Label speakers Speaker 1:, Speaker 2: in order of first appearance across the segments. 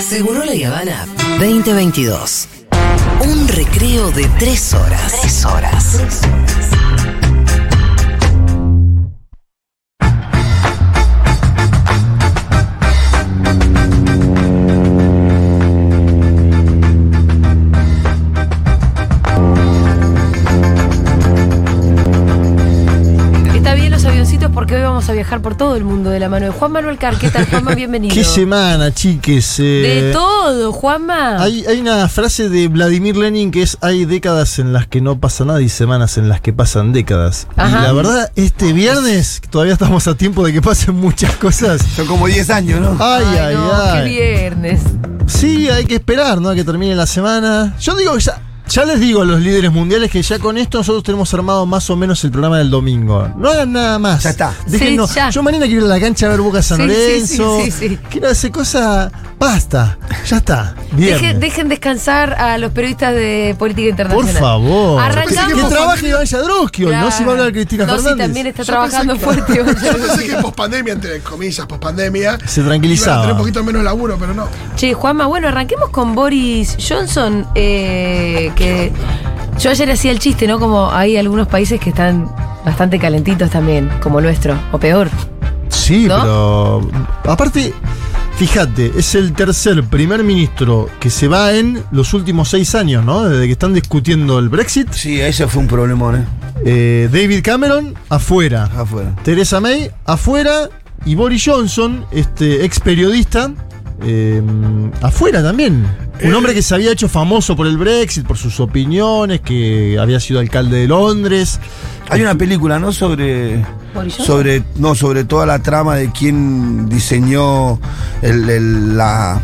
Speaker 1: Seguro la Habana 2022. Un recreo de tres horas. Tres horas.
Speaker 2: Está bien los avioncitos porque hoy vamos a viajar por todo el mundo de la mano de Juan Manuel Carqueta. Juanma, bienvenido.
Speaker 3: Qué semana, chiques. eh.
Speaker 2: De todo, Juanma.
Speaker 3: Hay, hay una frase de Vladimir Lenin que es hay décadas en las que no pasa nada y semanas en las que pasan décadas.
Speaker 2: Ajá.
Speaker 3: Y la verdad, este viernes todavía estamos a tiempo de que pasen muchas cosas.
Speaker 4: Son como 10 años, ¿no?
Speaker 3: Ay, ay, ay.
Speaker 2: no, Qué viernes.
Speaker 3: Sí, hay que esperar, ¿no? A que termine la semana. Yo digo que ya. Ya les digo a los líderes mundiales que ya con esto nosotros tenemos armado más o menos el programa del domingo. No hagan nada más.
Speaker 4: Ya está.
Speaker 3: Dejen,
Speaker 2: Sí,
Speaker 3: no,
Speaker 2: ya.
Speaker 3: Yo mañana quiero ir a la cancha a ver Boca
Speaker 2: Sí,
Speaker 3: San
Speaker 2: sí, sí,
Speaker 3: Lorenzo.
Speaker 2: sí, sí.
Speaker 3: Quiero hacer cosas. Basta. Ya está. Viernes.
Speaker 2: Dejen, dejen descansar a los periodistas de política
Speaker 3: Por
Speaker 2: internacional.
Speaker 3: favor.
Speaker 2: Arrancamos
Speaker 3: Que
Speaker 2: con-
Speaker 3: trabaje Iván Yadrowski hoy, no
Speaker 2: Claro.
Speaker 3: si va a hablar Cristina
Speaker 2: No, sí,
Speaker 3: Fernández.
Speaker 2: también está
Speaker 5: Yo
Speaker 2: trabajando
Speaker 5: pensé-
Speaker 2: fuerte. Iván
Speaker 5: Yo pensé
Speaker 2: Yadrowski.
Speaker 5: que pospandemia, entre comillas, pospandemia.
Speaker 3: Se tranquilizaba.
Speaker 5: iban a tener un poquito menos laburo, pero no.
Speaker 2: Che, Juanma, bueno, arranquemos con Boris Johnson, eh, que yo ayer hacía el chiste, ¿no? Como hay algunos países que están bastante calentitos también, como nuestro, o peor.
Speaker 3: Sí,
Speaker 2: ¿No?
Speaker 3: pero. Aparte, fíjate, es el tercer primer ministro que se va en los últimos seis años, ¿no? Desde que están discutiendo el Brexit.
Speaker 4: Sí, ese fue un problemón, ¿eh?
Speaker 3: Eh, David Cameron, afuera.
Speaker 4: Afuera.
Speaker 3: Teresa May, afuera. Y Boris Johnson, este ex periodista. eh, afuera también. Un hombre que se había hecho famoso por el Brexit, por sus opiniones, que había sido alcalde de Londres.
Speaker 4: Hay una película, ¿no? Sobre.
Speaker 2: ¿Boris Johnson?
Speaker 4: Sobre. No, sobre toda la trama de quién diseñó el, el- la.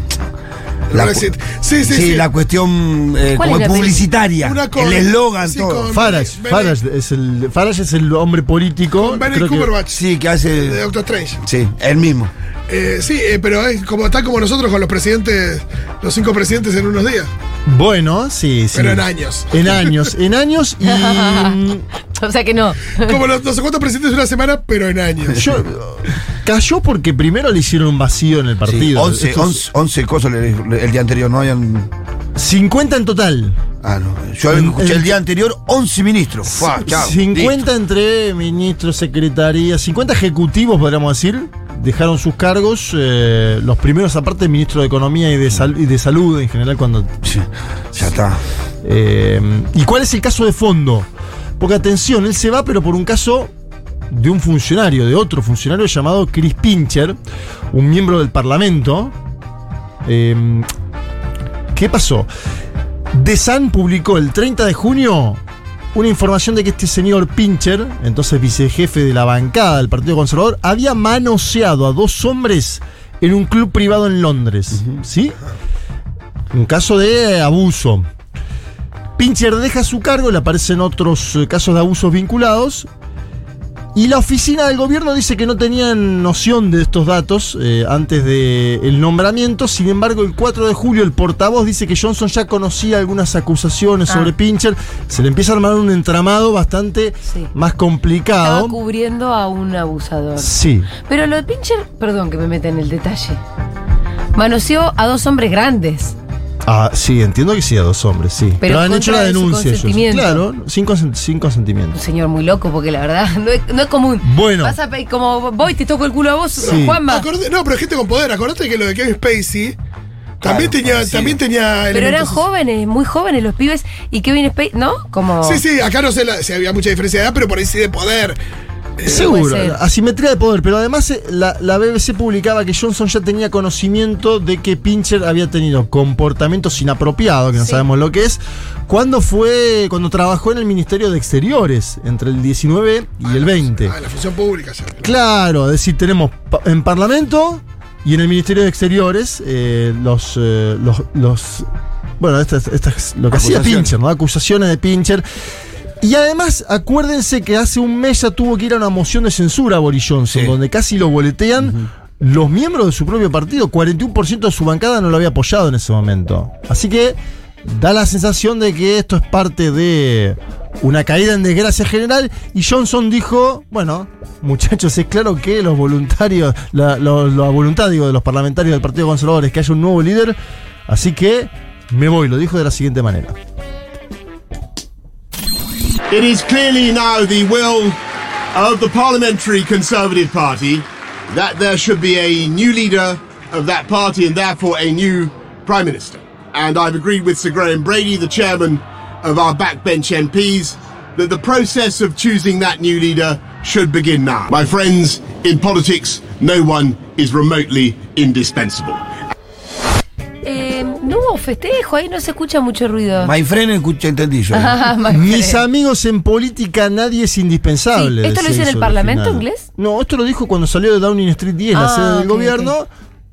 Speaker 5: El Brexit. Sí, sí, sí.
Speaker 4: la cuestión eh,
Speaker 2: ¿Cuál
Speaker 4: como
Speaker 2: es la
Speaker 4: publicitaria.
Speaker 5: Una con-
Speaker 4: El eslogan,
Speaker 5: sí,
Speaker 4: todo.
Speaker 5: con-
Speaker 3: Farage,
Speaker 5: Benedict-
Speaker 3: Farage es el Farage es el hombre político.
Speaker 5: Con
Speaker 3: creo
Speaker 5: Benedict
Speaker 3: que-
Speaker 5: Cumberbatch,
Speaker 4: Sí, que
Speaker 5: de
Speaker 4: hace.
Speaker 5: Doctor Strange.
Speaker 4: Sí, el mismo.
Speaker 5: Eh, sí, eh, pero es como, tal como nosotros con los presidentes, los cinco presidentes en unos días.
Speaker 3: bueno, sí, sí.
Speaker 5: Pero en años.
Speaker 3: En años, en años y mm,
Speaker 2: O sea que no.
Speaker 5: Como los no sé cuántos presidentes en una semana, pero en años.
Speaker 3: yo- cayó porque primero le hicieron un vacío en el
Speaker 4: Sí,
Speaker 3: partido.
Speaker 4: 11,
Speaker 3: Estos
Speaker 4: 11, 11 cosas le- le- el día anterior, no habían.
Speaker 3: 50 en total.
Speaker 4: Ah, no. Yo
Speaker 3: En-
Speaker 4: escuché
Speaker 3: en-
Speaker 4: el día anterior 11 ministros. Fua, chao,
Speaker 3: 50 entre ministros, secretarías, 50 ejecutivos, podríamos decir, dejaron sus cargos. eh, los primeros, aparte, ministro de Economía y de, Sal- y de Salud en general, cuando
Speaker 4: listo. Sí, ya está.
Speaker 3: Eh, ¿Y cuál es el caso de fondo? Porque atención, él se va, pero por un caso de un funcionario, de otro funcionario llamado Chris Pincher, un miembro del Parlamento. Eh, ¿Qué pasó? The Sun publicó el 30 de junio una información de que este señor Pincher, entonces vicejefe de la bancada del Partido Conservador, había manoseado a dos hombres en un club privado en Londres. ¿Sí? Un caso de abuso. Pincher deja su cargo, le aparecen otros eh, casos de abusos vinculados. Y la oficina del gobierno dice que no tenían noción de estos datos eh, antes del nombramiento. Sin embargo, el 4 de julio el portavoz dice que Johnson ya conocía algunas acusaciones
Speaker 2: Ah.
Speaker 3: sobre Pincher. Se le empieza a armar un entramado bastante
Speaker 2: Sí.
Speaker 3: más
Speaker 2: Estaba
Speaker 3: complicado.
Speaker 2: cubriendo a un abusador.
Speaker 3: Sí.
Speaker 2: Pero lo de Pincher, perdón que me meta en el detalle. Manoseó a dos hombres grandes.
Speaker 3: Ah, sí, entiendo que sí a dos hombres, sí. Pero,
Speaker 2: en
Speaker 3: han hecho
Speaker 2: contra
Speaker 3: la
Speaker 2: de su
Speaker 3: denuncia ellos.
Speaker 2: consentimiento.
Speaker 3: Claro, sin, consen- sin consentimiento.
Speaker 2: Un señor muy loco, porque la verdad no es, no es común.
Speaker 3: Bueno.
Speaker 2: Vas a pe- como voy, te toco el culo a vos,
Speaker 3: Sí. Ah,
Speaker 2: Juanma.
Speaker 5: Acordate- no, pero gente con poder. Acordate que lo de Kevin Spacey también
Speaker 4: Claro,
Speaker 5: tenía.
Speaker 4: parecido.
Speaker 5: También tenía
Speaker 2: Pero eran
Speaker 5: elementos-
Speaker 2: jóvenes, muy jóvenes los pibes. Y Kevin Spacey, ¿no? Como.
Speaker 5: Sí, sí, acá no sé la- si había mucha diferencia de edad, pero por ahí sí de poder.
Speaker 3: Seguro,
Speaker 2: Eh, puede ser.
Speaker 3: asimetría de poder, pero además eh, la, la BBC publicaba que Johnson ya tenía conocimiento de que Pincher había tenido comportamientos inapropiados, que no
Speaker 2: Sí.
Speaker 3: sabemos lo que es, cuando fue, cuando trabajó en el Ministerio de Exteriores, entre el 19 y el 20.
Speaker 5: Ah, la función pública. ya.
Speaker 3: Claro, es decir, tenemos pa- en Parlamento y en el Ministerio de Exteriores eh, los, eh, los, los- Bueno, esta, es- esta es lo que hacía
Speaker 4: Acusaciones.
Speaker 3: Pincher, ¿no? Acusaciones de Pincher. Y además, acuérdense que hace un mes ya tuvo que ir a una moción de censura a Boris Johnson,
Speaker 4: Sí.
Speaker 3: donde casi lo boletean. Los miembros de su propio partido, 41% de su bancada no lo había apoyado en ese momento. Así que da la sensación de que esto es parte de una caída en desgracia general y Johnson dijo, bueno, muchachos, es claro que los voluntarios, la, lo- la voluntad digo, de los parlamentarios del Partido Conservador es que haya un nuevo líder, así que me voy, lo dijo de la siguiente manera.
Speaker 6: It is clearly now the will of the Parliamentary Conservative Party that there should be a new leader of that party and therefore a new Prime Minister. And I've agreed with Sir Graham Brady, the chairman of our backbench MPs, that the process of choosing that new leader should begin now. My friends, in politics, no one is remotely indispensable.
Speaker 2: Eh, no hubo festejo, ahí no se escucha mucho ruido.
Speaker 4: My friend, escuché, entendí yo. ¿eh?
Speaker 2: Ah, my
Speaker 3: Mis
Speaker 2: friend.
Speaker 3: amigos en política nadie es indispensable.
Speaker 2: Sí, ¿esto lo dice en
Speaker 3: decía
Speaker 2: el
Speaker 3: eso al
Speaker 2: Parlamento
Speaker 3: final.
Speaker 2: inglés?
Speaker 3: No, esto lo dijo cuando salió de Downing Street 10, la
Speaker 2: Ah,
Speaker 3: sede del
Speaker 2: ok,
Speaker 3: gobierno.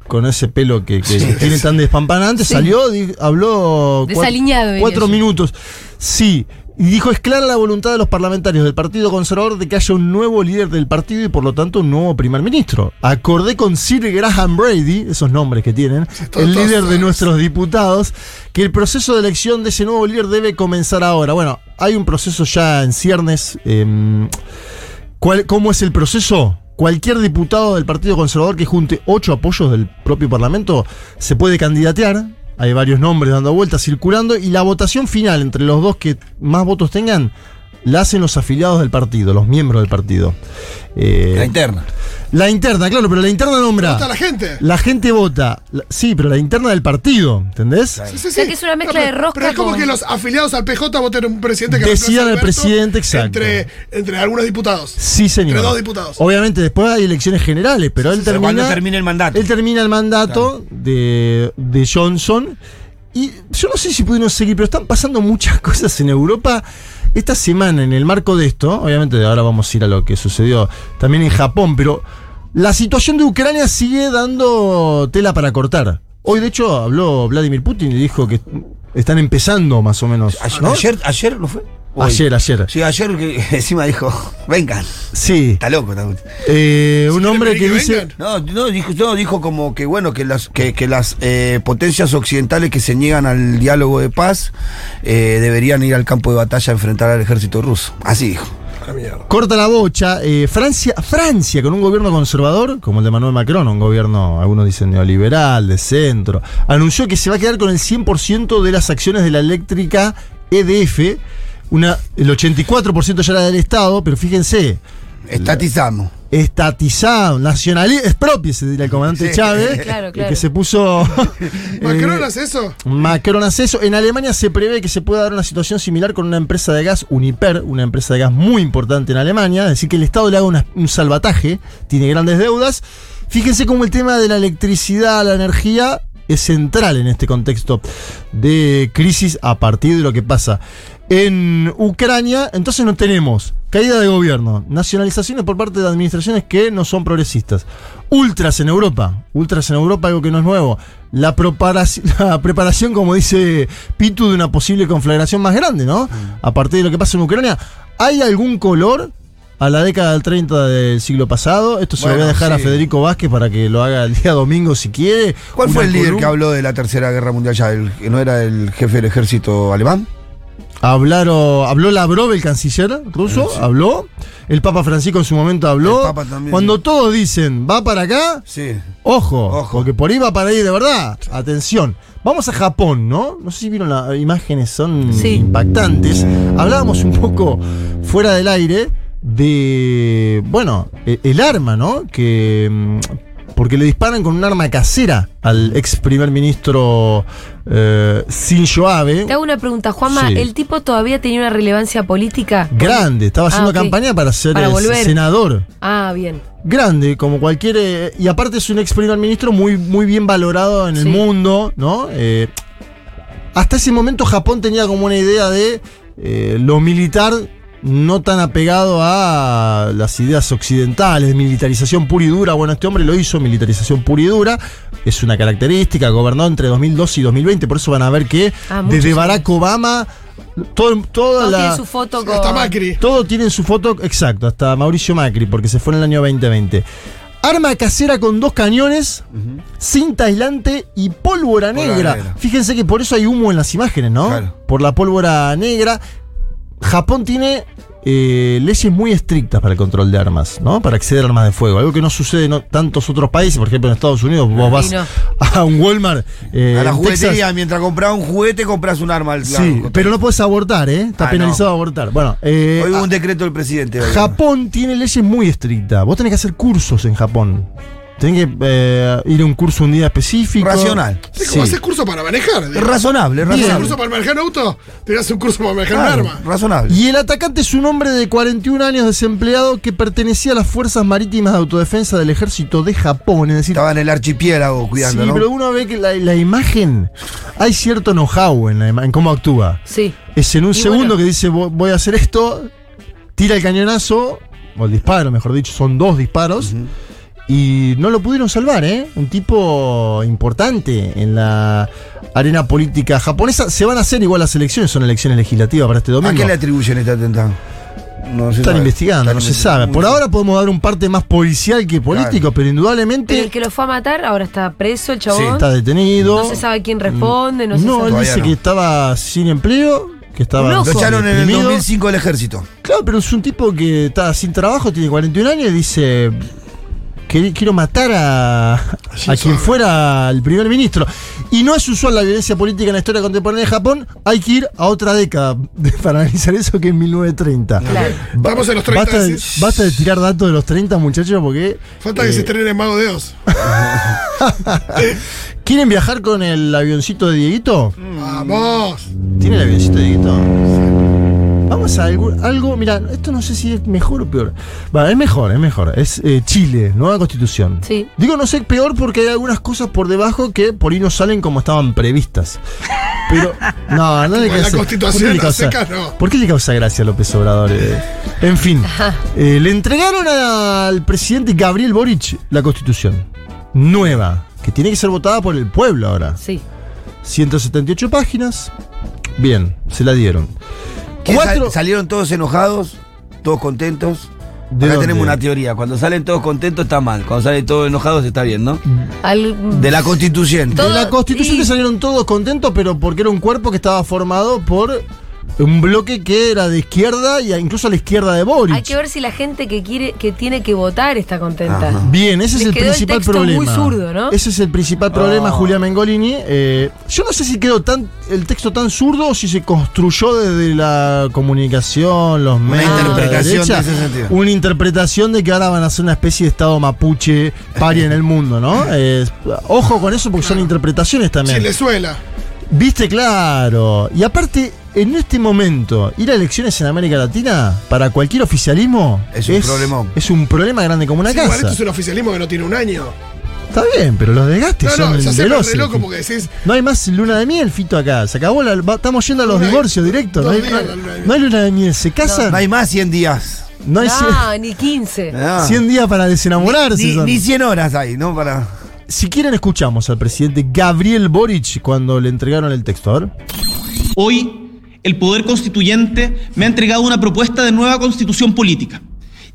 Speaker 3: Con ese pelo que, que tiene tan despampanante, salió, di- habló cuat-
Speaker 2: Desaliñado, diría
Speaker 3: cuatro
Speaker 2: yo.
Speaker 3: minutos. Sí, y dijo, es clara la voluntad de los parlamentarios del Partido Conservador de que haya un nuevo líder del partido y por lo tanto un nuevo primer ministro. Acordé con Sir Graham Brady, esos nombres que tienen,
Speaker 5: todos-
Speaker 3: el líder de
Speaker 5: todos-
Speaker 3: nuestros diputados, que el proceso de elección de ese nuevo líder debe comenzar ahora. Bueno, hay un proceso ya en ciernes. em, ¿Cuál- ¿Cómo es el proceso? Cualquier diputado del Partido Conservador que junte ocho apoyos del propio Parlamento se puede candidatear. Hay varios nombres dando vueltas, circulando, y la votación final entre los dos que más votos tengan la hacen los afiliados del partido, los miembros del partido. Eh,
Speaker 4: La interna.
Speaker 3: la interna, claro, pero la interna nombra.
Speaker 5: Vota la gente.
Speaker 3: La gente vota. La- sí, pero la interna del partido, ¿entendés?
Speaker 5: Sí, sí,
Speaker 2: O sea
Speaker 5: sí.
Speaker 2: que es una mezcla
Speaker 5: pero-
Speaker 2: de rosca
Speaker 5: Pero es como
Speaker 2: con-
Speaker 5: que los afiliados al PJ voten un presidente que
Speaker 3: Decidan
Speaker 5: reemplaza a
Speaker 3: al
Speaker 5: Alberto
Speaker 3: presidente, exacto.
Speaker 5: Entre, entre algunos diputados.
Speaker 3: Sí, señor.
Speaker 5: Entre dos diputados.
Speaker 3: Obviamente, después hay elecciones generales, pero él
Speaker 4: sí,
Speaker 3: termina.
Speaker 4: cuando termine el mandato.
Speaker 3: Él termina el mandato de, de Johnson. Y yo no sé si pudieron seguir, pero están pasando muchas cosas en Europa. Esta semana, en el marco de esto, obviamente de ahora vamos a ir a lo que sucedió también en Japón, pero la situación de Ucrania sigue dando tela para cortar. Hoy, de hecho, habló Vladimir Putin y dijo que están empezando más o menos.
Speaker 4: Ayer,
Speaker 3: ¿no?
Speaker 4: ayer, ayer ¿no fue? Hoy.
Speaker 3: ayer, ayer.
Speaker 4: Sí, ayer que encima dijo, vengan.
Speaker 3: Sí.
Speaker 4: Está loco, está
Speaker 3: Eh, un
Speaker 5: ¿Sí
Speaker 3: hombre
Speaker 5: le
Speaker 3: que
Speaker 5: pedí que
Speaker 3: dice.
Speaker 5: vengan?
Speaker 4: No, no, dijo, no, dijo como que bueno, que las, que, que las eh, potencias occidentales que se niegan al diálogo de paz eh, deberían ir al campo de batalla a enfrentar al ejército ruso. Así dijo.
Speaker 3: Corta la bocha. eh, Francia, Francia, con un gobierno conservador, como el de Manuel Macron, un gobierno, algunos dicen neoliberal, de centro, anunció que se va a quedar con el 100% de las acciones de la eléctrica EDF. Una, el 84% ya era del Estado, pero fíjense,
Speaker 4: Estatizamos.
Speaker 3: estatizado, nacionalista, expropie, se diría el comandante Chávez,
Speaker 2: Claro,
Speaker 3: el
Speaker 2: claro.
Speaker 3: que se puso...
Speaker 5: Macron
Speaker 3: eh,
Speaker 5: hace eso.
Speaker 3: Macron hace eso. En Alemania se prevé que se pueda dar una situación similar con una empresa de gas, Uniper, una empresa de gas muy importante en Alemania. Es decir, que el Estado le haga una- un salvataje, tiene grandes deudas. Fíjense cómo el tema de la electricidad, la energía, es central en este contexto de crisis a partir de lo que pasa en Ucrania. Entonces no tenemos caída de gobierno, nacionalizaciones por parte de administraciones que no son progresistas. Ultras en Europa, ultras en Europa, algo que no es nuevo. La, preparaci- la preparación, como dice Pitu, de una posible conflagración más grande,
Speaker 4: Mm.
Speaker 3: ¿no? A partir de lo que pasa en Ucrania. ¿Hay algún color a la década del 30 del siglo pasado? Esto se lo voy a
Speaker 4: Bueno,
Speaker 3: dejar a
Speaker 4: sí.
Speaker 3: Federico Vázquez para que lo haga el día domingo si quiere.
Speaker 4: ¿Cuál
Speaker 3: Una
Speaker 4: fue el líder
Speaker 3: columna-
Speaker 4: que habló de la Tercera Guerra Mundial ya? ¿El- que ¿No era el jefe del ejército alemán?
Speaker 3: Hablaron, habló Lavrov, el canciller ruso, habló. El Papa Francisco en su momento habló.
Speaker 4: El Papa también.
Speaker 3: Cuando todos dicen, va para acá,
Speaker 4: Sí.
Speaker 3: ojo,
Speaker 4: Ojo.
Speaker 3: porque por ahí va para ahí de verdad. Atención. Vamos a Japón, ¿no? No sé si vieron las imágenes, son
Speaker 2: Sí.
Speaker 3: impactantes. Hablábamos un poco fuera del aire de, bueno, e- el arma, ¿no? Que... mm, Porque le disparan con un arma casera al ex primer ministro eh, Shinzo Abe.
Speaker 2: Te hago una pregunta, Juanma,
Speaker 3: Sí.
Speaker 2: ¿el tipo todavía tenía una relevancia política?
Speaker 3: Grande, estaba haciendo
Speaker 2: Ah, ok.
Speaker 3: campaña para ser
Speaker 2: Para
Speaker 3: eh,
Speaker 2: volver.
Speaker 3: senador.
Speaker 2: Ah, bien.
Speaker 3: Grande, como cualquier. eh, y aparte es un ex primer ministro muy, muy bien valorado en el
Speaker 2: Sí.
Speaker 3: mundo, ¿no? Eh, hasta ese momento Japón tenía como una idea de eh, lo militar no tan apegado a las ideas occidentales, militarización pura y dura. Bueno, este hombre lo hizo, militarización pura y dura. Es una característica, gobernó entre 2002 y 2020, por eso van a ver que
Speaker 2: Ah, muchos
Speaker 3: desde
Speaker 2: años.
Speaker 3: Barack Obama, todo, toda
Speaker 2: No
Speaker 3: la...
Speaker 2: tiene su foto
Speaker 3: Ah,
Speaker 2: con...
Speaker 5: Hasta Macri.
Speaker 3: Todo tiene su foto, exacto, hasta Mauricio Macri, porque se fue en el año 2020. Arma casera con dos cañones, cinta aislante y pólvora
Speaker 4: Pólvora
Speaker 3: negra.
Speaker 4: negra.
Speaker 3: Fíjense que por eso hay humo en las imágenes, ¿no?
Speaker 4: Claro.
Speaker 3: Por la pólvora negra. Japón tiene eh, leyes muy estrictas para el control de armas, ¿no? Para acceder a armas de fuego. Algo que no sucede en o- tantos otros países. Por ejemplo, en Estados Unidos vos vas
Speaker 2: Y no.
Speaker 3: a un Walmart. eh,
Speaker 4: a la
Speaker 3: en
Speaker 4: juguetería,
Speaker 3: Texas,
Speaker 4: mientras compras un juguete, compras un arma al
Speaker 3: Sí, pero no puedes abortar, ¿eh? Está
Speaker 4: Ah,
Speaker 3: penalizado abortar. Bueno, eh,
Speaker 4: Hoy
Speaker 3: a-
Speaker 4: hubo un decreto del presidente. hoy.
Speaker 3: Japón tiene leyes muy estrictas. Vos tenés que hacer cursos en Japón. Tenés que eh, ir a un curso un día específico.
Speaker 4: Racional.
Speaker 5: Sí, como
Speaker 3: Sí.
Speaker 5: haces curso para manejar.
Speaker 4: Es
Speaker 5: digo.
Speaker 4: razonable, es
Speaker 5: Haces
Speaker 4: razonable.
Speaker 5: curso para manejar un auto, te das un curso para manejar
Speaker 4: Claro,
Speaker 5: un arma.
Speaker 4: razonable.
Speaker 3: Y el atacante es un hombre de 41 años desempleado que pertenecía a las Fuerzas Marítimas de Autodefensa del Ejército de Japón. Es decir,
Speaker 4: Estaba en el archipiélago cuidando,
Speaker 3: sí,
Speaker 4: ¿no?
Speaker 3: pero uno ve que la, la imagen, hay cierto know-how en, la ima- en cómo actúa.
Speaker 2: Sí.
Speaker 3: Es en un
Speaker 2: Y
Speaker 3: segundo
Speaker 2: bueno.
Speaker 3: que dice "Vo- voy a hacer esto, tira el cañonazo, o el disparo, mejor dicho, son dos disparos. Y no lo pudieron salvar, ¿eh? Un tipo importante en la arena política japonesa. Se van a hacer igual las elecciones, son elecciones legislativas para este
Speaker 4: ¿A
Speaker 3: domingo.
Speaker 4: qué le atribuyen este atentado? No se
Speaker 3: Están
Speaker 4: sabe.
Speaker 3: investigando,
Speaker 4: Están
Speaker 3: no se
Speaker 4: investigando.
Speaker 3: sabe. Por ahora podemos dar un parte más policial que político,
Speaker 4: Claro.
Speaker 3: pero
Speaker 2: Pero el
Speaker 3: indudablemente
Speaker 2: que lo fue a matar ahora está preso, el chabón.
Speaker 3: está detenido.
Speaker 2: No se sabe quién responde, no, se
Speaker 3: No, él
Speaker 2: sabe.
Speaker 4: Todavía
Speaker 3: dice
Speaker 4: no.
Speaker 3: que estaba sin empleo, que estaba
Speaker 2: Loco.
Speaker 4: Lo echaron en el
Speaker 3: deprimido.
Speaker 4: 2005 del ejército.
Speaker 3: Claro, pero es un tipo que está sin trabajo, tiene 41 años y dice. "Quer- Quiero matar a, a quien fuera el primer ministro. Y no es usual la violencia política en la historia contemporánea de Japón. Hay que ir a otra década para analizar eso que es 1930.
Speaker 2: Claro.
Speaker 5: Vamos a los 30,
Speaker 3: Basta de,
Speaker 5: decís.
Speaker 3: basta de tirar datos de los 30, muchachos, porque
Speaker 5: Falta que se estrenen Mago de Oz.
Speaker 3: ¿quieren viajar con el avioncito de Dieguito?
Speaker 5: Vamos.
Speaker 3: ¿Tiene el avioncito de Dieguito? Vamos a algo, algo mira, esto no sé si es mejor o peor. Bueno, es mejor, es mejor. Es eh, Chile, nueva constitución.
Speaker 2: Sí.
Speaker 3: Digo, no sé, peor porque hay algunas cosas por debajo que por ahí no salen como estaban previstas. Pero, no, no le
Speaker 5: Con la
Speaker 3: causa-
Speaker 5: Constitución
Speaker 3: ¿por qué le
Speaker 5: a
Speaker 3: causa-
Speaker 5: secas, no.
Speaker 3: ¿Por qué le causa gracia a López Obrador? eh? En fin, eh, le entregaron al presidente Gabriel Boric la constitución nueva, que tiene que ser votada por el pueblo ahora.
Speaker 2: Sí.
Speaker 3: 178 páginas. Bien, se la dieron.
Speaker 4: ¿Qué
Speaker 3: Cuatro-
Speaker 4: sal- salieron todos enojados, todos contentos.
Speaker 3: ¿De
Speaker 4: Acá
Speaker 3: dónde?
Speaker 4: tenemos una teoría. Cuando salen todos contentos está mal. Cuando salen todos enojados está bien, ¿no?
Speaker 2: Al-
Speaker 4: De la constituyente.
Speaker 3: De
Speaker 2: Todo-
Speaker 3: la constitución
Speaker 2: y-
Speaker 3: que salieron todos contentos, pero porque era un cuerpo que estaba formado por un bloque que era de izquierda y incluso a la izquierda de Boric.
Speaker 2: Hay que ver si la gente que quiere, que tiene que votar está contenta.
Speaker 4: Ajá.
Speaker 3: Bien, ese
Speaker 2: Les
Speaker 3: es el
Speaker 2: quedó el
Speaker 3: principal
Speaker 2: texto
Speaker 3: problema.
Speaker 2: muy zurdo, ¿no?
Speaker 3: Ese es el principal problema,
Speaker 4: Ah.
Speaker 3: Julia Mengolini. Eh, yo no sé si quedó tan el texto tan zurdo o si se construyó desde la comunicación, los medios. la
Speaker 4: interpretación
Speaker 3: derecha,
Speaker 4: de ese sentido.
Speaker 3: Una interpretación de que ahora van a ser una especie de estado mapuche paria en el mundo, ¿no? Eh, ojo con eso porque son interpretaciones también.
Speaker 5: Chilezuela.
Speaker 3: Viste, claro. Y aparte, en este momento, ir a elecciones en América Latina, para cualquier oficialismo,
Speaker 4: Es un problemón.
Speaker 3: es un problema grande como una
Speaker 5: Sí,
Speaker 3: casa.
Speaker 5: igual esto es un oficialismo que no tiene un año.
Speaker 3: Está bien, pero los desgastes
Speaker 5: No,
Speaker 3: son
Speaker 5: no, se hace el
Speaker 3: veloces.
Speaker 5: reloj como que decís.
Speaker 3: No hay más luna de miel, Fito, acá. Se acabó la. va- estamos yendo a los
Speaker 5: No hay-
Speaker 3: divorcios directos. No
Speaker 5: dos
Speaker 3: hay,
Speaker 5: días la luna de miel.
Speaker 3: no hay luna de miel. Se casan.
Speaker 4: No hay más 100 días.
Speaker 3: No hay
Speaker 2: Ah, ni 15.
Speaker 3: 100,
Speaker 4: Ah.
Speaker 3: días para desenamorarse.
Speaker 4: Ni,
Speaker 3: son.
Speaker 4: ni 100 horas hay, ¿no? Para...
Speaker 3: Si quieren, escuchamos al presidente Gabriel Boric cuando le entregaron el texto. A ver.
Speaker 7: Hoy el Poder Constituyente me ha entregado una propuesta de nueva constitución política.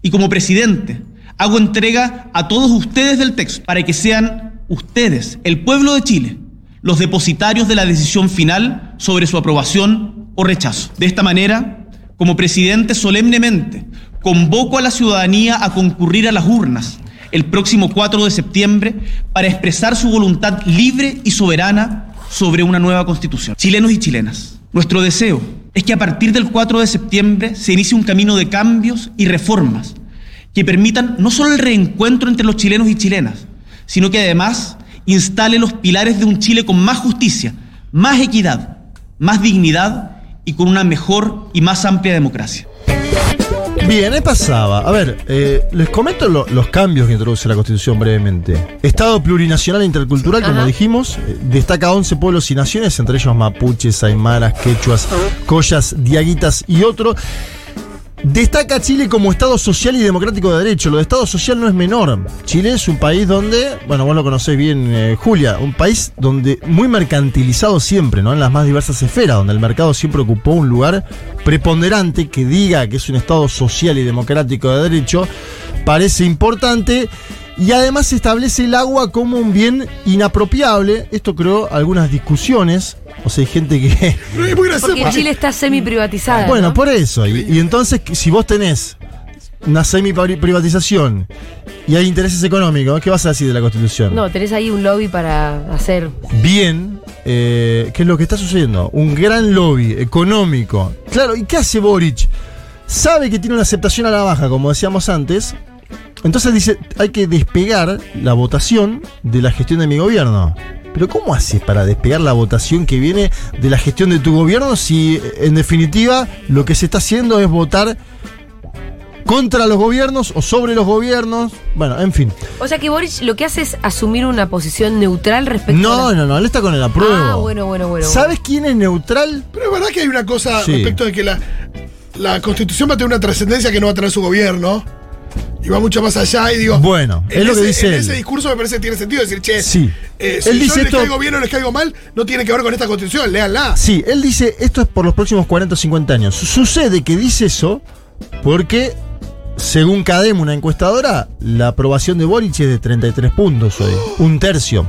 Speaker 7: Y como presidente hago entrega a todos ustedes del texto para que sean ustedes, el pueblo de Chile, los depositarios de la decisión final sobre su aprobación o rechazo. De esta manera, como presidente solemnemente, convoco a la ciudadanía a concurrir a las urnas el próximo 4 de septiembre para expresar su voluntad libre y soberana sobre una nueva constitución. Chilenos y chilenas, nuestro deseo es que a partir del 4 de septiembre se inicie un camino de cambios y reformas que permitan no solo el reencuentro entre los chilenos y chilenas, sino que además instale los pilares de un Chile con más justicia, más equidad, más dignidad y con una mejor y más amplia democracia.
Speaker 3: Bien, ahí pasaba. A ver, eh, les comento lo- los cambios que introduce la Constitución brevemente. Estado plurinacional e intercultural, como
Speaker 2: Ajá.
Speaker 3: dijimos, eh, destaca 11 pueblos y naciones, entre ellos mapuches, aymaras, quechuas, collas, diaguitas y otros. Destaca a Chile como Estado social y democrático de derecho. Lo de Estado social no es menor. Chile es un país donde, bueno, vos lo conocés bien, eh, Julia, un país donde muy mercantilizado siempre, ¿no? En las más diversas esferas, donde el mercado siempre ocupó un lugar preponderante que diga que es un Estado social y democrático de derecho, parece importante. Y además se establece el agua como un bien inapropiable. Esto creó algunas discusiones. O sea, hay gente que.
Speaker 5: Pero es muy gracioso.
Speaker 2: Porque Chile está semi privatizada.
Speaker 3: Bueno, pues- por eso. Y, y entonces, si vos tenés una semi-privatización y hay intereses económicos, ¿qué vas a decir de la Constitución?
Speaker 2: No, tenés ahí un lobby para hacer.
Speaker 3: bien, eh, que es lo que está sucediendo, un gran lobby económico. Claro, ¿y qué hace Boric? Sabe que tiene una aceptación a la baja, como decíamos antes. Entonces dice, hay que despegar la votación de la gestión de mi gobierno. Pero ¿cómo haces para despegar la votación que viene de la gestión de tu gobierno si en definitiva lo que se está haciendo es votar contra los gobiernos o sobre los gobiernos? Bueno, en fin.
Speaker 2: O sea que Boric lo que hace es asumir una posición neutral respecto
Speaker 3: No,
Speaker 2: a. la-
Speaker 3: no, no, él está con el apruebo.
Speaker 2: Ah, bueno, bueno, bueno.
Speaker 3: ¿Sabes quién es neutral?
Speaker 5: Pero es verdad que hay una cosa
Speaker 3: Sí.
Speaker 5: respecto de que la, la constitución va a tener una trascendencia que no va a tener su gobierno. Y va mucho más allá y digo.
Speaker 3: Bueno, es
Speaker 5: en
Speaker 3: lo que
Speaker 5: ese-
Speaker 3: dice
Speaker 5: en
Speaker 3: él.
Speaker 5: ese discurso me parece que tiene sentido decir, che,
Speaker 3: Sí.
Speaker 5: eh,
Speaker 3: Él
Speaker 5: si
Speaker 3: dice
Speaker 5: yo les
Speaker 3: esto-
Speaker 5: caigo bien o les caigo mal, no tiene que ver con esta constitución, léanla.
Speaker 3: Sí, él dice esto es por los próximos 40 o 50 años. Sucede que dice eso porque, según Cadem, una encuestadora, la aprobación de Boric es de 33 puntos hoy. Un tercio.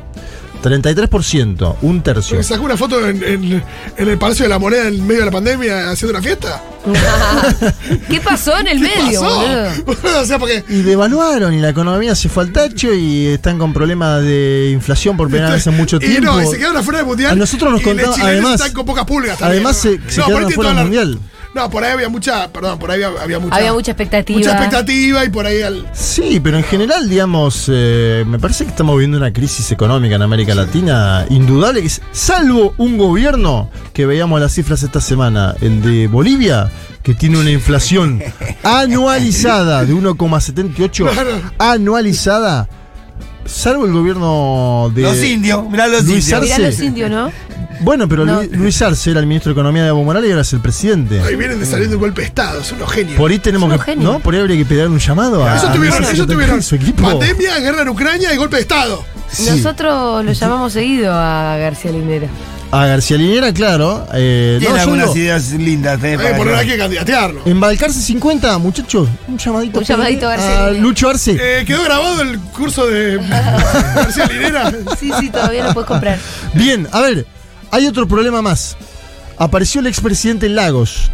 Speaker 3: 33%, un tercio.
Speaker 5: Porque sacó una foto en, en- en el Palacio de la Moneda en medio de la pandemia haciendo una fiesta.
Speaker 2: ¿Qué pasó en el
Speaker 5: ¿Qué
Speaker 2: medio, boludo?
Speaker 5: pasó? o sea, porque
Speaker 3: Y devaluaron y la economía se fue al tacho y están con problemas de inflación por primera vez en mucho
Speaker 5: este, Y
Speaker 3: tiempo.
Speaker 5: no, y se quedaron afuera del mundial.
Speaker 3: A nosotros nos
Speaker 5: y los
Speaker 3: contaban-
Speaker 5: chilenos
Speaker 3: además-
Speaker 5: están con pocas pulgas también,
Speaker 3: además
Speaker 5: ¿no?
Speaker 3: se- se quedaron
Speaker 5: No, por ahí tiene
Speaker 3: afuera
Speaker 5: toda
Speaker 3: del
Speaker 5: la-
Speaker 3: mundial.
Speaker 5: No, por ahí había mucha. Perdón, por ahí había, había mucha.
Speaker 2: Había mucha expectativa.
Speaker 5: Mucha expectativa y por ahí. al-
Speaker 3: Sí, pero en general, digamos, eh, me parece que estamos viviendo una crisis económica en América Latina indudable, que es- salvo un gobierno que veíamos las cifras esta semana, el de Bolivia, que tiene una inflación anualizada de 1,78
Speaker 5: Claro.
Speaker 3: anualizada, salvo el gobierno de...
Speaker 4: Los indios, mirá los
Speaker 3: Luis
Speaker 4: indios.
Speaker 3: Arce.
Speaker 2: Mirá los indios, ¿no?
Speaker 3: Bueno, pero
Speaker 2: No.
Speaker 3: Lu- Luis Arce era el ministro de Economía de Evo Morales y ahora es el presidente.
Speaker 5: Ahí vienen de salir de un golpe de Estado, son unos genios.
Speaker 3: Por ahí tenemos
Speaker 2: Son
Speaker 3: que...
Speaker 2: genios.
Speaker 3: ¿No? Por ahí habría que pegar un llamado a...
Speaker 5: eso
Speaker 3: a
Speaker 5: tuvieron,
Speaker 3: Messi,
Speaker 5: eso
Speaker 3: a
Speaker 5: tuvieron.
Speaker 3: su equipo.
Speaker 5: Pandemia, guerra en Ucrania y golpe de Estado.
Speaker 3: Sí.
Speaker 2: Nosotros lo llamamos seguido a García Linera.
Speaker 3: A García Linera, claro. Eh, no,
Speaker 4: Tiene
Speaker 3: yo
Speaker 4: algunas
Speaker 3: digo,
Speaker 4: ideas lindas. eh,
Speaker 5: Hay que
Speaker 4: para
Speaker 5: poner
Speaker 4: que-
Speaker 5: hay que candidatearlo.
Speaker 3: embalcarse 50, muchachos. Un llamadito.
Speaker 2: Un llamadito a García Linera.
Speaker 3: Lucho Arce.
Speaker 5: Eh, quedó grabado el curso de García Linera.
Speaker 2: Sí, sí, todavía lo puedes comprar.
Speaker 3: Bien, a ver, hay otro problema más. Apareció el expresidente Lagos.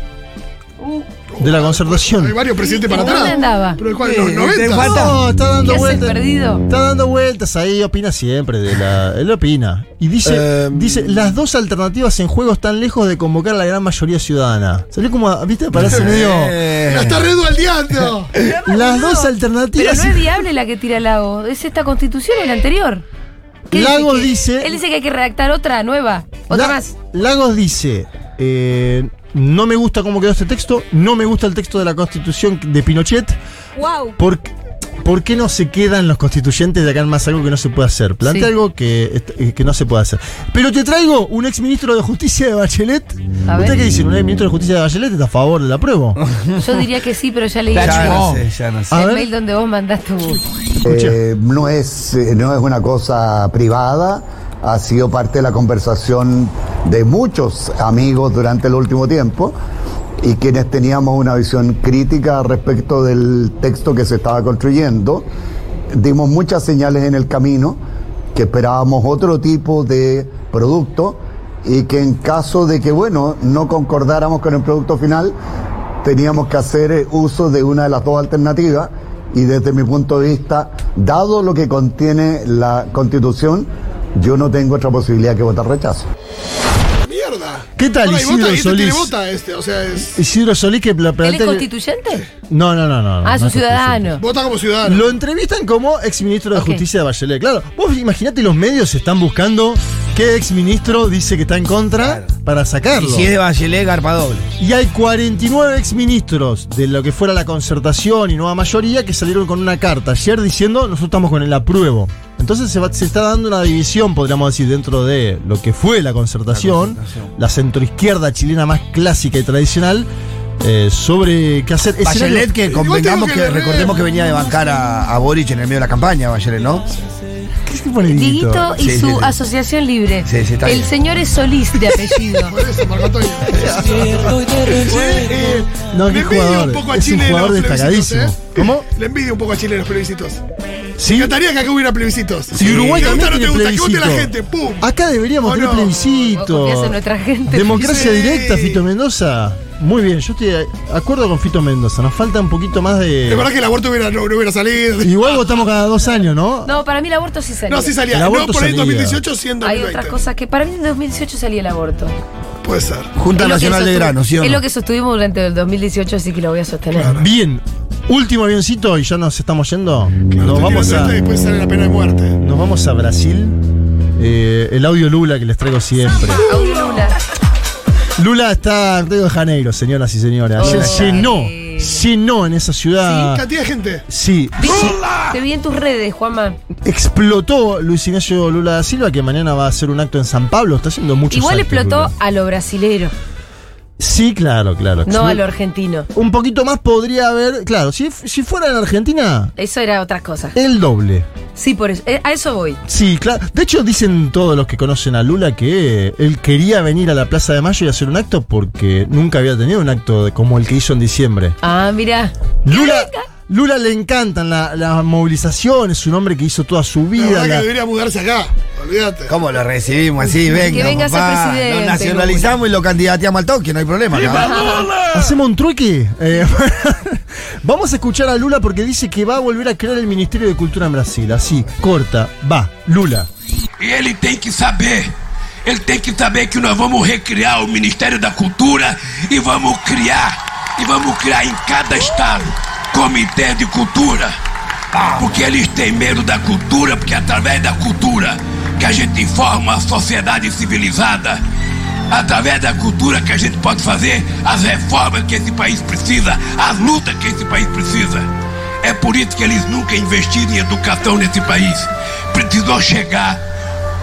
Speaker 4: Uh.
Speaker 3: De la
Speaker 5: Hay
Speaker 3: concertación.
Speaker 5: varios presidentes
Speaker 2: ¿En
Speaker 5: para
Speaker 2: dónde
Speaker 5: atrás.
Speaker 2: andaba?
Speaker 5: Pero el cual,
Speaker 4: Eh,
Speaker 5: los
Speaker 4: te
Speaker 5: 90.
Speaker 4: falta-
Speaker 3: No, está dando
Speaker 2: ¿Qué haces
Speaker 3: vueltas.
Speaker 2: perdido?
Speaker 3: Está dando vueltas ahí, opina siempre de la. Él opina. Y dice,
Speaker 4: Eh,
Speaker 3: dice, las dos alternativas en juego están lejos de convocar a la gran mayoría ciudadana. Salió como, viste, parece medio.
Speaker 5: La
Speaker 4: Eh,
Speaker 5: está redualdeando.
Speaker 3: Las
Speaker 2: No,
Speaker 3: dos
Speaker 2: Pero
Speaker 3: alternativas.
Speaker 2: no es viable la que tira Lago. Es esta constitución o la anterior. ¿Qué
Speaker 3: Lagos
Speaker 2: que-
Speaker 3: dice-
Speaker 2: Él dice que hay que redactar otra nueva. Otra
Speaker 3: La-
Speaker 2: más.
Speaker 3: Lagos dice, eh, no me gusta cómo quedó este texto, no me gusta el texto de la constitución de Pinochet,
Speaker 2: ¡Wow!
Speaker 3: ¿por, qué- por qué no se quedan los constituyentes de acá en más algo que no se puede hacer? Plantea
Speaker 2: Sí.
Speaker 3: algo que, est- eh, que no se puede hacer. Pero te traigo un exministro de justicia de Bachelet.
Speaker 2: A
Speaker 3: ¿Usted
Speaker 2: ver.
Speaker 3: qué dice? ¿Un exministro de justicia de Bachelet está a favor de la prueba?
Speaker 2: Yo diría que sí, pero ya leí
Speaker 4: Ya
Speaker 2: el
Speaker 4: no sé, ya no sé.
Speaker 3: A ver.
Speaker 2: mail donde vos mandás tu.
Speaker 8: Eh, no, es, eh, no es una cosa privada, ha sido parte de la conversación de muchos amigos durante el último tiempo y quienes teníamos una visión crítica respecto del texto que se estaba construyendo, dimos muchas señales en el camino que esperábamos otro tipo de producto y que en caso de que, bueno, no concordáramos con el producto final, teníamos que hacer eh, uso de una de las dos alternativas y desde mi punto de vista, dado lo que contiene la constitución, yo no tengo otra posibilidad que votar rechazo.
Speaker 5: Mierda.
Speaker 3: ¿Qué tal,
Speaker 5: Ahora, y
Speaker 3: Isidro
Speaker 5: vota, y este
Speaker 3: Solís?
Speaker 5: tiene vota este, o sea, es-
Speaker 3: Isidro Solís que
Speaker 2: ¿Él
Speaker 3: pla-
Speaker 2: es
Speaker 3: plantea... que-
Speaker 2: constituyente?
Speaker 3: No, no, no, no. no,
Speaker 2: Ah, es
Speaker 3: no
Speaker 2: un
Speaker 3: es constituyente.
Speaker 2: ciudadano.
Speaker 5: vota como ciudadano.
Speaker 3: Lo entrevistan como exministro de
Speaker 2: Ok.
Speaker 3: Justicia de Bachelet. Claro, vos imaginate los medios están buscando qué exministro dice que está en contra para
Speaker 4: Y
Speaker 3: sacarlo.
Speaker 4: si es de Bachelet, garpa doble.
Speaker 3: Y hay 49 exministros de lo que fuera la concertación y nueva mayoría que salieron con una carta ayer diciendo nosotros estamos con el apruebo. Entonces se, va- se está dando una división, podríamos decir, dentro de lo que fue la concertación, la, centroizquierda chilena más clásica y tradicional, eh, sobre qué hacer. Escenario-
Speaker 4: Bachelet, que
Speaker 5: Igual tengo
Speaker 4: convengamos que,
Speaker 5: que leer.
Speaker 4: recordemos que venía de bancar a, a Boric en el medio de la campaña, Bachelet, ¿no?
Speaker 3: ¿Qué se pone Dieguito?
Speaker 2: Dieguito y
Speaker 4: Sí,
Speaker 2: su
Speaker 4: sí, sí.
Speaker 2: asociación libre.
Speaker 4: Sí, sí, está
Speaker 2: el
Speaker 4: bien.
Speaker 2: señor es Solís de apellido.
Speaker 5: Por eso, Marco Antonio. Sí, eh,
Speaker 3: No,
Speaker 5: le
Speaker 3: qué
Speaker 5: envidio
Speaker 3: jugador.
Speaker 5: un poco a
Speaker 3: Es un
Speaker 5: Chile en
Speaker 3: jugador
Speaker 5: los plebiscitos,
Speaker 3: destacadísimo.
Speaker 5: ¿eh?
Speaker 3: ¿Cómo?
Speaker 5: Le envidio un poco a Chile en los plebiscitos.
Speaker 3: Sí.
Speaker 5: Me encantaría que acá hubiera plebiscitos.
Speaker 3: Si Uruguay
Speaker 5: ¿Te gusta
Speaker 3: también
Speaker 5: o no te
Speaker 3: tiene
Speaker 5: gusta? Que vote la
Speaker 3: plebiscito.
Speaker 5: gente. ¡Pum!
Speaker 3: Acá deberíamos
Speaker 5: ¿O
Speaker 3: tener
Speaker 5: no?
Speaker 3: plebiscito.
Speaker 2: Copias a nuestra gente.
Speaker 3: Democracia
Speaker 5: Sí.
Speaker 3: directa, Fito Mendoza. Muy bien, yo estoy de acuerdo con Fito Mendoza. Nos falta un poquito más
Speaker 5: De verdad
Speaker 3: de.
Speaker 5: que el aborto hubiera, no, no hubiera salido.
Speaker 3: Igual votamos cada dos años, ¿no?
Speaker 2: No, para mí el aborto sí salió.
Speaker 5: No, sí salía.
Speaker 3: El
Speaker 5: No
Speaker 3: aborto
Speaker 5: por ahí en
Speaker 3: salía.
Speaker 5: 2018, sí en
Speaker 2: Hay
Speaker 5: 2020.
Speaker 2: otras cosas que. Para mí en 2018 salía el aborto.
Speaker 5: Puede ser.
Speaker 4: Junta
Speaker 2: Es lo que
Speaker 4: Nacional de
Speaker 2: sostuve-
Speaker 4: Grano, ¿sí o
Speaker 2: Es
Speaker 4: no?
Speaker 2: lo que sostuvimos durante el 2018, así que lo voy a sostener.
Speaker 3: Bien. Último avioncito y ya nos estamos yendo.
Speaker 5: Te
Speaker 3: Nos vamos
Speaker 5: tiran
Speaker 3: a.
Speaker 5: esto Y después sale la pena de muerte.
Speaker 3: Nos vamos a Brasil. Eh, el audio Lula que les traigo siempre.
Speaker 2: Audio Lula.
Speaker 3: Lula está en Río de Janeiro, señoras y señores. Ayer
Speaker 2: Hola.
Speaker 3: llenó, llenó en esa ciudad.
Speaker 5: Cantidad de gente.
Speaker 3: Ah. Sí,
Speaker 2: Vi- Te vi en tus redes, Juanma.
Speaker 3: explotó Luis Ignacio Lula da Silva, que mañana va a hacer un acto en San Pablo. Está haciendo mucho
Speaker 2: Igual explotó a lo brasilero,
Speaker 3: Sí, claro, claro.
Speaker 2: no a lo argentino.
Speaker 3: Un poquito más podría haber. Claro, si, si fuera en Argentina,
Speaker 2: Eso era otra cosa.
Speaker 3: el doble.
Speaker 2: Sí, por eso. eh, A eso voy.
Speaker 3: Sí, claro. De hecho, dicen todos los que conocen a Lula que él quería venir a la Plaza de Mayo y hacer un acto porque nunca había tenido un acto de- como el que hizo en diciembre.
Speaker 2: Ah, mira.
Speaker 3: Lula, Lula le encantan la- las movilizaciones, un hombre que hizo toda su
Speaker 5: La
Speaker 3: vida.
Speaker 5: verdad que
Speaker 3: la-
Speaker 5: debería mudarse acá. Olvídate.
Speaker 4: ¿Cómo lo recibimos así? Venga,
Speaker 2: venga a ser
Speaker 4: papá.
Speaker 2: presidente,
Speaker 4: Lo nacionalizamos y lo candidateamos al toque, no hay problema. ¿no?
Speaker 3: Hacemos un truque. Eh, vamos a escuchar a Lula porque dice que va a volver a crear el Ministerio de Cultura en Brasil. Así, corta, va, Lula.
Speaker 9: E ele tem que saber. Ele tem que saber que nós vamos recriar o Ministério da Cultura e vamos criar, e vamos criar em cada estado comitê de cultura. Porque eles têm medo da cultura, porque é através da cultura que a gente forma a sociedade civilizada. Através da cultura que a gente pode fazer as reformas que esse país precisa, as lutas que esse país precisa. É por isso que eles nunca investiram em educação nesse país. Precisou chegar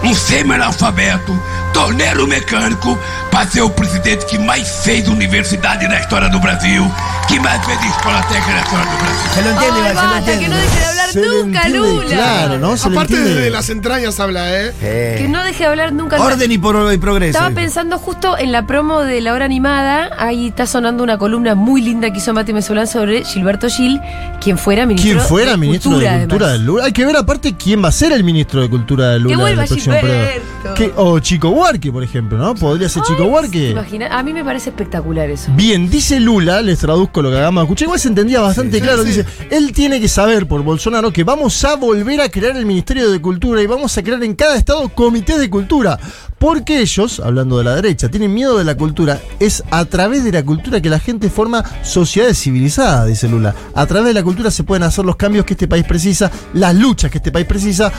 Speaker 9: um semi-analfabeto, torneiro mecânico, para ser o presidente que mais fez universidade na história do Brasil, que mais fez escola técnica na história do Brasil.
Speaker 4: Se lo entiende,
Speaker 2: Ay,
Speaker 4: igual, se lo
Speaker 2: basta, que
Speaker 4: entiende.
Speaker 2: no deje de hablar
Speaker 3: Se le
Speaker 2: nunca,
Speaker 3: entiende,
Speaker 2: Lula.
Speaker 3: Claro, ¿no? Se le
Speaker 5: Aparte
Speaker 3: entiende.
Speaker 5: desde las entrañas habla, ¿eh?
Speaker 4: Eh,
Speaker 2: Que no deje de hablar nunca. nunca.
Speaker 4: Orden y, pro- y progreso.
Speaker 2: Estaba pensando justo en la promo de la hora animada, ahí está sonando una columna muy linda que hizo Mati Mesolán sobre Gilberto Gil, quien fuera ministro
Speaker 3: Quien fuera
Speaker 2: de
Speaker 3: ministro
Speaker 2: Cultura,
Speaker 3: de Cultura
Speaker 2: además.
Speaker 3: de Lula. Hay que ver aparte quién va a ser el ministro de Cultura de Lula.
Speaker 2: vuelva
Speaker 3: en el próximo periodo.
Speaker 2: Gilberto.
Speaker 3: Que- O Chico Huarque, por ejemplo, ¿no? Podría ser Chico
Speaker 2: ¿Te
Speaker 3: Huarque.
Speaker 2: imaginas? A mí me parece espectacular eso.
Speaker 3: Bien, dice Lula, les traduzco lo que hagamos escuché, igual se entendía bastante claro, dice, él tiene que saber por Bolsonaro que vamos a volver a crear el Ministerio de Cultura y vamos a crear en cada estado comités de cultura, porque ellos, hablando de la derecha, tienen miedo de la cultura, es a través de la cultura que la gente forma sociedades civilizadas, dice Lula, a través de la cultura se pueden hacer los cambios que este país precisa, las luchas que este país precisa,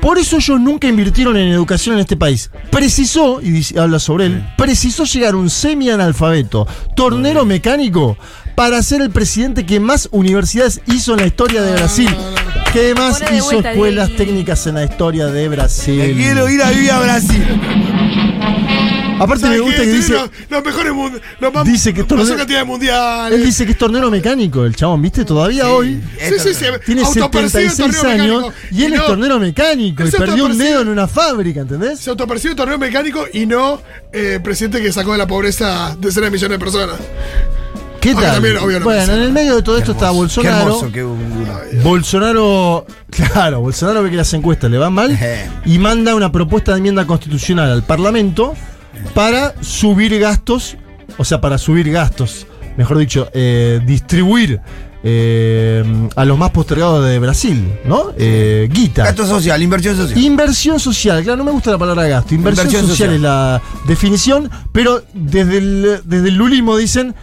Speaker 3: por eso ellos nunca invirtieron en educación en este país. Precisó, y dice- habla sobre él, precisó llegar un semi-analfabeto, tornero mecánico, para ser el presidente que más universidades hizo en la historia de Brasil. Que más
Speaker 2: Ponle de
Speaker 3: hizo
Speaker 2: vuelta,
Speaker 3: escuelas
Speaker 2: Diego.
Speaker 3: técnicas en la historia de
Speaker 4: Me quiero
Speaker 3: Brasil.
Speaker 4: ir a vivir a Brasil.
Speaker 3: Aparte me
Speaker 5: ¿Sabes
Speaker 3: gusta
Speaker 5: qué?
Speaker 3: que
Speaker 5: Sí,
Speaker 3: dice,
Speaker 5: los, los mejores mun- los más,
Speaker 3: Dice que
Speaker 5: mayor
Speaker 3: torne-
Speaker 5: cantidad de mundiales.
Speaker 3: él dice que es tornero mecánico, el chabón, ¿viste? Todavía hoy.
Speaker 5: sí, sí, se
Speaker 3: Tiene
Speaker 5: autopercibe
Speaker 3: 76
Speaker 5: torneo
Speaker 3: años
Speaker 5: mecánico.
Speaker 3: y él
Speaker 5: no-
Speaker 3: es tornero mecánico
Speaker 5: Él
Speaker 3: y
Speaker 5: se
Speaker 3: perdió un
Speaker 5: autopercibe-
Speaker 3: dedo en una fábrica, ¿entendés?
Speaker 5: Se autopercibe torneo mecánico y no eh, presidente que sacó de la pobreza decenas de millones de personas.
Speaker 3: ¿Qué
Speaker 5: Ahora
Speaker 3: tal?
Speaker 5: también, obvio, no
Speaker 3: bueno,
Speaker 5: pasa.
Speaker 3: en el medio de todo esto está
Speaker 4: Qué
Speaker 3: Bolsonaro.
Speaker 4: hermoso, qué un-
Speaker 3: Bolsonaro, claro, Bolsonaro ve que las encuestas le van mal
Speaker 4: Eh.
Speaker 3: y manda una propuesta de enmienda constitucional al Parlamento para subir gastos, o sea, para subir gastos, mejor dicho, eh, distribuir eh, a los más postergados de Brasil, ¿no? Eh, guita.
Speaker 4: Gasto social, inversión social.
Speaker 3: Inversión social, claro, no me gusta la palabra gasto. Inversión,
Speaker 4: Inversión
Speaker 3: social,
Speaker 4: social.
Speaker 3: es la definición, pero desde el, desde el lulismo dicen,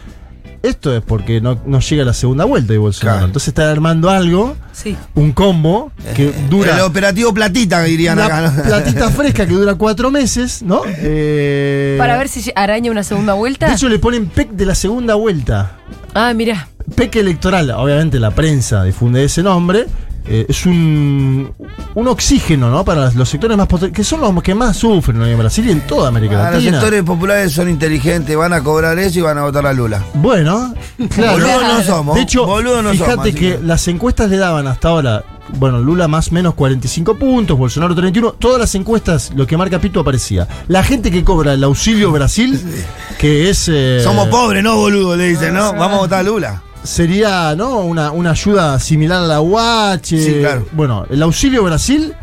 Speaker 3: esto es porque no, no llega la segunda vuelta de Bolsonaro.
Speaker 4: Claro.
Speaker 3: Entonces están armando algo,
Speaker 2: Sí.
Speaker 3: un combo, que
Speaker 4: Eh, El
Speaker 3: dura...
Speaker 4: operativo platita, dirían
Speaker 3: Una
Speaker 4: acá. ¿no?
Speaker 3: platita fresca que dura cuatro meses, ¿no? Eh,
Speaker 2: Para ver si araña una segunda vuelta.
Speaker 3: De hecho le ponen PEC de la segunda vuelta.
Speaker 2: ah, mira.
Speaker 3: PEC electoral, obviamente la prensa difunde ese nombre. eh, es un, un oxígeno, ¿no? Para los sectores más potentes, que son los que más sufren hoy en Brasil y en toda América
Speaker 4: Ah, los
Speaker 3: Latina.
Speaker 4: sectores populares son inteligentes, van a cobrar eso y van a votar a Lula.
Speaker 3: Bueno, claro.
Speaker 4: Boludo no somos.
Speaker 3: De hecho,
Speaker 4: boludo no
Speaker 3: fíjate
Speaker 4: somos, así
Speaker 3: que las encuestas le daban hasta ahora, bueno, Lula más o menos 45 puntos, Bolsonaro 31, todas las encuestas, lo que marca Pito aparecía. La gente que cobra el auxilio Brasil, que es... eh,
Speaker 4: Somos pobres, ¿no, boludo? Le dicen, ¿no? Vamos a votar a Lula.
Speaker 3: sería, ¿no? Una, una ayuda similar a la UACH.
Speaker 4: Sí, claro.
Speaker 3: Bueno, el auxilio Brasil,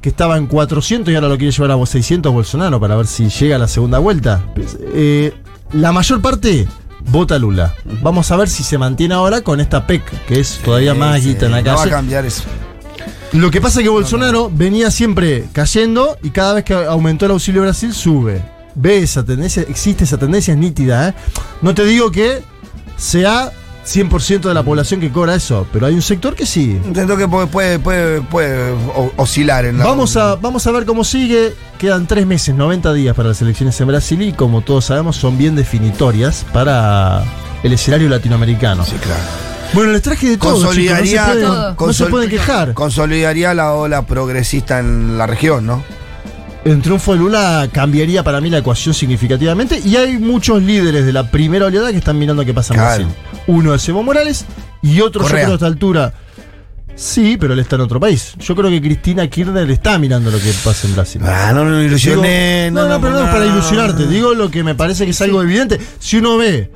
Speaker 3: que estaba en 400 y ahora lo quiere llevar a 600 Bolsonaro para ver si llega a la segunda vuelta. Eh, la mayor parte vota Lula. Vamos a ver si se mantiene ahora con esta PEC, que es todavía más guita en la
Speaker 4: No va a
Speaker 3: calle.
Speaker 4: cambiar eso.
Speaker 3: Lo que pasa es que Bolsonaro venía siempre cayendo y cada vez que aumentó el auxilio Brasil sube. Ve esa tendencia, existe esa tendencia, es nítida. ¿eh? No te digo que sea 100% de la población que cobra eso, pero hay un sector que sí.
Speaker 4: Intento que puede, puede, puede, puede o- oscilar en la.
Speaker 3: Vamos a, vamos a ver cómo sigue. Quedan tres meses, 90 días para las elecciones en Brasil y como todos sabemos son bien definitorias para el escenario latinoamericano.
Speaker 4: Sí, claro.
Speaker 3: Bueno, les traje de todo. chicos,
Speaker 4: Consolidaría,
Speaker 3: no se pueden,
Speaker 2: Todo.
Speaker 3: no se
Speaker 4: consol-
Speaker 3: pueden quejar.
Speaker 4: consolidaría la ola progresista en la región, ¿no?
Speaker 3: El triunfo de Lula cambiaría para mí la ecuación significativamente y hay muchos líderes de la primera oleada que están mirando qué pasa en
Speaker 4: Claro.
Speaker 3: Brasil. Uno es Evo Morales y otro yo
Speaker 4: Correa.
Speaker 3: creo a esta altura. Sí, pero él está en otro país. Yo creo que Cristina Kirchner está mirando lo que pasa en Brasil.
Speaker 4: Ah, no, no, no
Speaker 3: Digo,
Speaker 4: ilusioné.
Speaker 3: no, no, pero no es para ilusionarte. Digo lo que me parece que es algo evidente. Si uno ve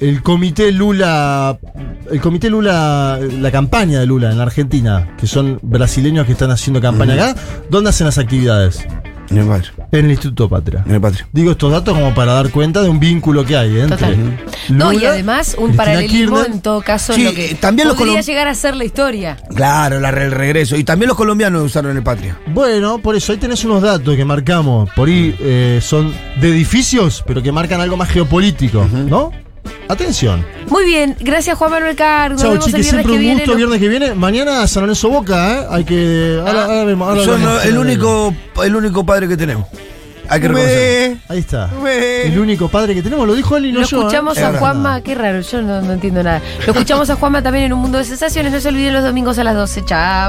Speaker 3: el comité Lula, el comité Lula, la campaña de Lula en la Argentina, que son brasileños que están haciendo campaña acá, ¿dónde hacen las actividades?
Speaker 4: En el patrio.
Speaker 3: En el Instituto Patria.
Speaker 4: En el patrio.
Speaker 3: Digo estos datos como para dar cuenta de un vínculo que hay ¿eh? entre
Speaker 2: Total.
Speaker 3: Lula,
Speaker 2: No, y además un
Speaker 3: Cristina
Speaker 2: paralelismo
Speaker 3: Kirchner.
Speaker 2: en todo caso
Speaker 4: Sí,
Speaker 2: lo que
Speaker 4: eh, también los
Speaker 2: podría
Speaker 4: colom-
Speaker 2: llegar a ser la historia.
Speaker 4: Claro, la, re- el regreso. Y también los colombianos usaron el patria.
Speaker 3: Bueno, por eso ahí tenés unos datos que marcamos. Por
Speaker 4: Mm.
Speaker 3: ahí eh, son de edificios, pero que marcan algo más geopolítico, ¿no? Atención.
Speaker 2: Muy bien, gracias Juan Manuel Cargo. Nos
Speaker 3: Chao,
Speaker 2: vemos el
Speaker 3: chiques,
Speaker 2: viernes
Speaker 3: siempre
Speaker 2: que
Speaker 3: un
Speaker 2: viene.
Speaker 3: gusto.
Speaker 2: Nos-
Speaker 3: Viernes que viene. Mañana San Lorenzo Boca, ¿eh? Hay que.
Speaker 2: Ah.
Speaker 3: Ahora, ahora vemos, ahora
Speaker 4: Son
Speaker 3: vemos.
Speaker 4: lo- el único, el único padre que tenemos. Hay que reconocerlo.
Speaker 3: Ahí está.
Speaker 4: Ve.
Speaker 3: El único padre que tenemos, lo dijo él y no
Speaker 2: Lo
Speaker 3: yo, ¿eh?
Speaker 2: escuchamos
Speaker 4: Es
Speaker 2: a
Speaker 4: verdad.
Speaker 2: Juanma, qué raro, yo no, no entiendo nada. Lo escuchamos a Juanma también en un mundo de sensaciones. No se olviden los domingos a las 12. Chao.